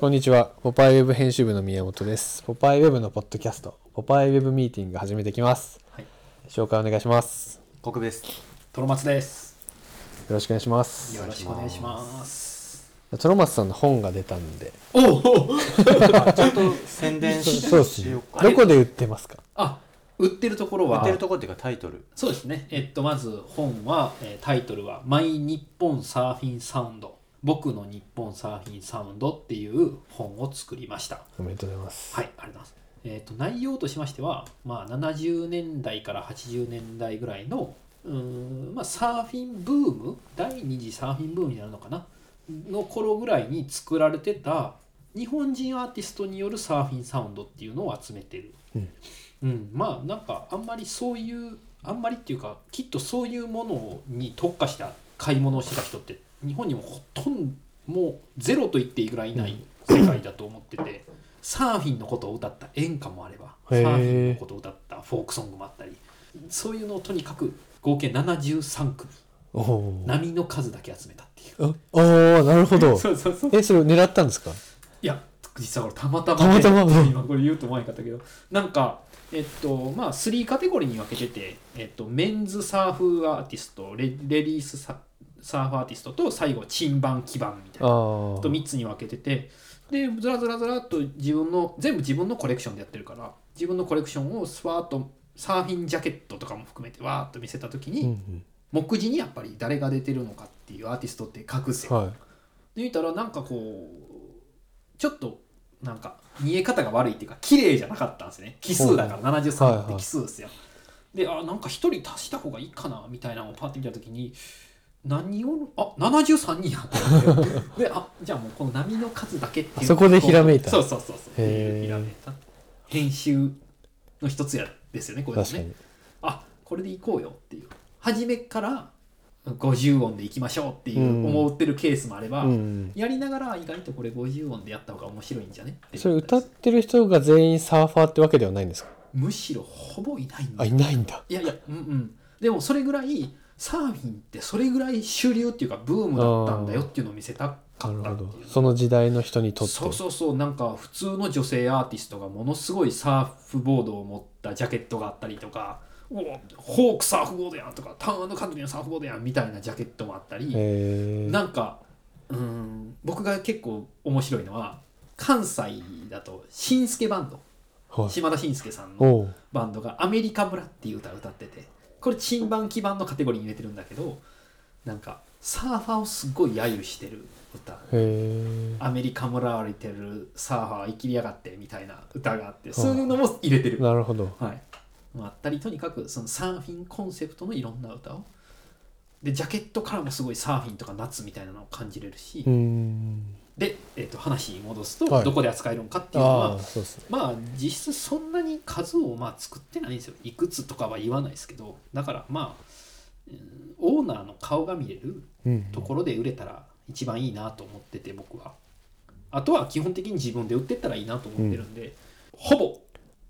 こんにちは。ポパイウェブ編集部の宮本です。ポパイウェブのポッドキャスト、ポパイウェブミーティング始めてきます。はい、紹介お願いします。国部です。トロマツです。よろしくお願いします。よろしくお願いします。トロマスさんの本が出たんで。おお、 ちゃんと宣伝しそうですしねよう。か。どこで売ってますかあ、売ってるところは。売ってるとこっていうかタイトル。そうですね。えっと、まず本は、えータイトルは、マイ日本サーフィンサウンド。僕の日本サーフィンサウンドっていう本を作りました。おめでとうございます。はい、ありがとうございます。えっ、と、内容としましては、まあ、70年代から80年代ぐらいの、うーん、まあ、サーフィンブーム、第二次サーフィンブームになるのかな、の頃ぐらいに作られてた、日本人アーティストによるサーフィンサウンドっていうのを集めてる。うんうんまあ、なんか、あんまりそういう、あんまりっていうか、きっとそういうものに特化した買い物をしてた人って、日本にもほとんど、もうゼロと言っていいぐらいいない世界だと思ってて。サーフィンのことを歌った演歌もあればサへーーフィンのことを歌ったフォークソングもあったりそういうのをとにかく合計73組おおー。波の数だけ集めたっていうあおー、なるほど。 そうそうそうえ、それを狙ったんですかいや実は俺たまたまで、たまたま今これ言うと思わなかったけどなんかえっとまあ3カテゴリーに分けてて、えっと、メンズサーフアーティストレレディースササーフアーティストと最後珍版基盤みたいなああと。3つに分けててでずらずらずらっと自分の全部自分のコレクションでやってるから自分のコレクションをスワーッとサーフィンジャケットとかも含めてわーっと見せた時に、うんうん。目次にやっぱり誰が出てるのかっていうアーティストって隠せ、はで見たらなんかこうちょっとなんか見え方が悪いっていうか綺麗じゃなかったんですね奇数だから73って奇数ですよ、であなんか1人足した方がいいかなみたいなのをパッて見た時に何をあ73人やと思ってであじゃあもうこの波の数だけっていうあそこでひらめいたそうそうそうそうってへーいうひらめいた編集の一つやですよねこい。れね確かに。あこれでいこうよっていう初めから50音でいきましょうっていううん思ってるケースもあれば、うんうん。やりながら意外とこれ50音でやった方が面白いんじゃねってそれ歌ってる人が全員サーファーってわけではないんですかむしろほぼいないんあ、だいいないんだ。やいやうんうんでもそれぐらいサーフィンってそれぐらい主流っていうかブームだったんだよっていうのを見せたかなるったほってどいう。その時代の人にとって。そうそうそうなんか普通の女性アーティストがものすごいサーフボードを持ったジャケットがあったりとかおおホークサーフボードやんとかターンカントリーのサーフボードやんみたいなジャケットもあったり、へーなんかうーん僕が結構面白いのは関西だと新助バンドはい。島田紳助さんのおうバンドが「アメリカ村」っていう歌を歌っててこれ珍版基盤のカテゴリーに入れてるんだけどなんかサーファーをすごい揶揄してる歌へえ。アメリカ村歩いてるサーファー生きりやがってみたいな歌があってそういうのも入れてる、なるほど。はい、まああったりとにかくそのサーフィンコンセプトのいろんな歌をでジャケットからもすごいサーフィンとか夏みたいなのを感じれるし、うーん。で、えっと話に戻すと、はいどこで扱えるのかっていうのあはあ、そうですね。まあ実質そんなに数をまあ作ってないんですよいくつとかは言わないですけどだからまあうんオーナーの顔が見れるうんところで売れたら一番いいなと思ってて僕はあとは基本的に自分で売ってったらいいなと思ってるんで、ほぼ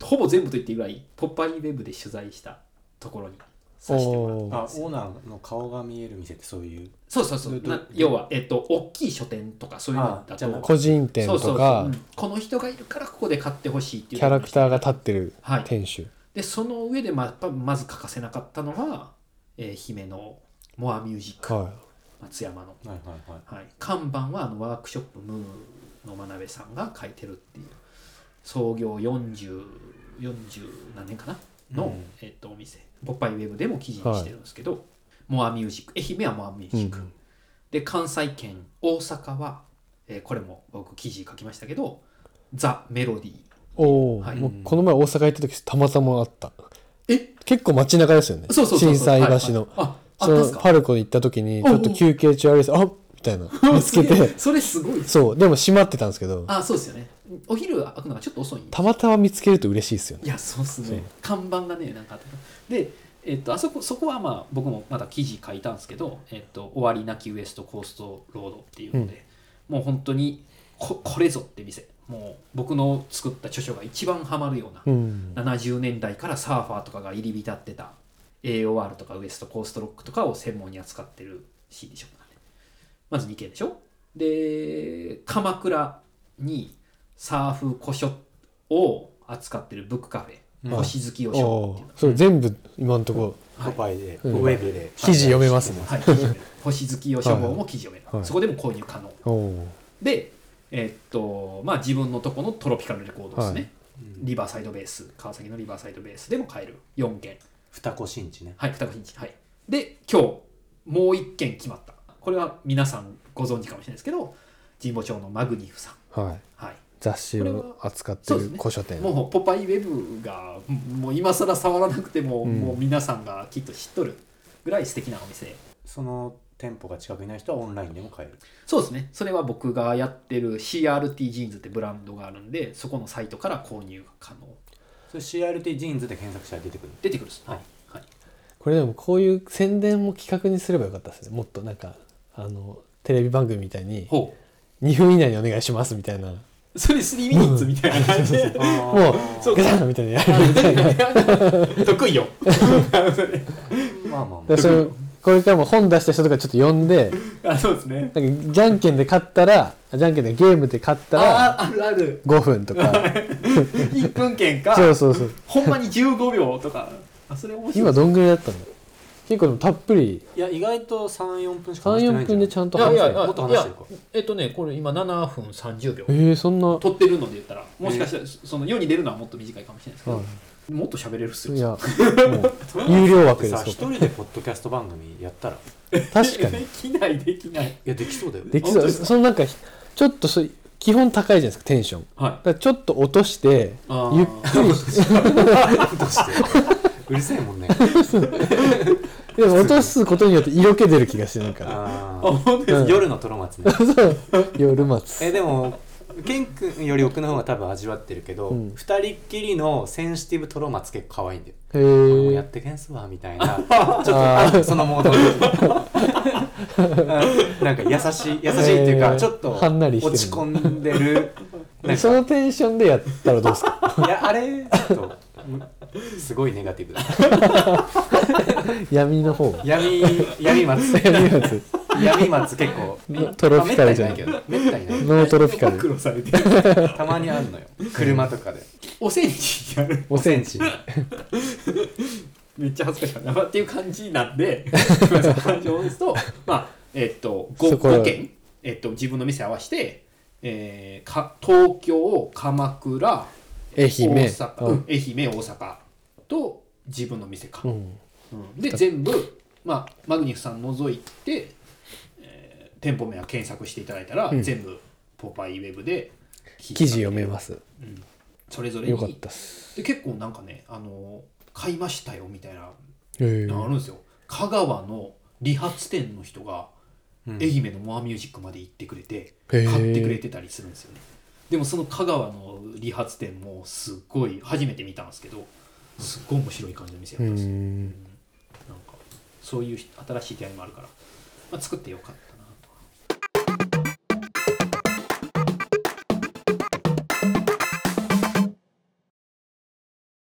ほぼ全部と言っていいぐらいポッパイウェブで取材したところにさせてもらあったんオですよーナーの顔が見える店ってそういう。そうそうそうどなど要はえっと大きい書店とかそういうのあだじゃあと個人店そうそうとそううかん、この人がいるからここで買ってほしいっていキうャラクターが立ってるはい店主。でその上でまやっぱまず欠かせなかったのは、えー姫のモアミュージック、は松山の、はいはいはい。はい、看板はあのワークショップムーの真鍋さんが書いてるっていう創業4040何年かなの、うんえっとお店ポッパイウェブでも記事にしてるんですけど、モアミュージック愛媛はモアミュージック、うんうんで関西圏大阪は、えーこれも僕記事書きましたけどザ・メロディーおお、はいもうこの前大阪行った時たまたまあった。え結構街中ですよね。そうそうそうそう震災橋の。はいはいああったんそすのかパルコに行った時にちょっと休憩中歩いてあみたい な見つけすげえて、それすごいですそうでも閉まってたんですけど、あそうですよねお昼開くのがちょっと遅いたまたま見つけると嬉しいですよいね。やそうっすそうね看板がねなんかあったでえっとあそこそこはまあ僕もまだ記事書いたんですけど「えっと終わりなきウエストコーストロード」っていうので、もう本当にここれぞって店もう僕の作った著書が一番ハマるようなうん。 70年代からサーファーとかが入り浸ってた AOR とかウエストコーストロックとかを専門に扱ってる CD ショップなんでまず2軒でしょで鎌倉にサーフ古書を扱ってるブックカフェうん星月お夜書っていうおのそれ全部今のとこポパイで、うんウェブで記事読めますねはい、記事読 める星月夜書房も記事読める、はいそこでも購入可能おおでえっとまあ自分のとこのトロピカルレコードではすね、うんリバーサイドベース川崎のリバーサイドベースでも買える4件二子新地ねはい二子新地はいで今日もう1件決まったこれは皆さんご存知かもしれないですけど神保町のマグニフさんはいはい雑誌を扱ってそうでするね古書店もうポパイウェブがもう今更触らなくても、うんもう皆さんがきっと知っとるぐらい素敵なお店その店舗が近くにない人はオンラインでも買えるそうですねそれは僕がやってる CRT ジーンズってブランドがあるんでそこのサイトから購入が可能それ CRT ジーンズで検索したら出てくる出てくるんですはい、はい、これでもこういう宣伝も企画にすればよかったですねもっとなんかあのテレビ番組みたいにほ2分以内にお願いしますみたいなうそれ3ミニッツみたいな感じでもうそう ガチャンみたいなやる 得意よまあまあまだからそれこれからも本出した人とかちょっと呼んであそうですねなんかじゃんけんで勝ったらあじゃんけんでゲームで勝ったらあああるある5分とか 1分券かそうそうそうほんまに15秒とかあそれ面白い今どんぐらいだったの結構でもたっぷりあいや意外と34分しか話してな34いんじゃ分なでいちゃんといや話いせやいるやもっと話してるかえっとねこれ今7分30秒えー、そんな、は撮ってるので言ったらもしかしたらその世に出るのはもっと短いかもしれないですけど、もっと喋れるっすい、よいやもう有料枠でさす一人でポッドキャスト番組やったらい確か でにきないできないやできそうだよねでき本そ当うですかそのなんかちょっとそう基本高いじゃないですかテンションだはからちょっと落としてあーゆっくりしどうして うるさいも んねでも落とすことによって色気出る気がしてなんかあいー本当うん夜のトロマツね夜え待つでもケン君より奥の方が多分味わってるけど、う二ん人っきりのセンシティブトロマツ結構可愛いんだよ、へもうやっえてけんすわみた いなちょっとそのモードでうんなんか優しい優しいっていうか、えーちょっとはんなりしてる落ち込んでるなんそかのテンションでやったらどうですかいやあれちょっとうんすごいネガティブだ闇の方闇闇松 闇のやつ闇松結構の トロピカルじゃなあいめったにないけどめったにないノートロピカ暴ル露されてるたまにあるのよ車とかでおせんちやるおせんちめっちゃ恥ずかしかったなっていう感じなんですい ません話をですとまあえっと 5, そこは件、えっと、自分の店合わせて、えーか東京鎌倉愛媛大阪、ううんん愛媛大阪と自分の店か、うんうんで全部、まあ、マグニフさん除いて、えー店舗名は検索していただいたら、うん全部ポパイウェブで記記事読めますそれぞれによかったっすで結構なんかねあの買いましたよみたいなへえのあるんですよ、香川の理髪店の人が愛媛のモアミュージックまで行ってくれてへ買えってくれてたりするんですよねでもその香川の理髪店もすっごい初めて見たんですけどすっごい面白い感じの店やったんですよんなんかそういう新しい出会いもあるから、まあ、作ってよかっ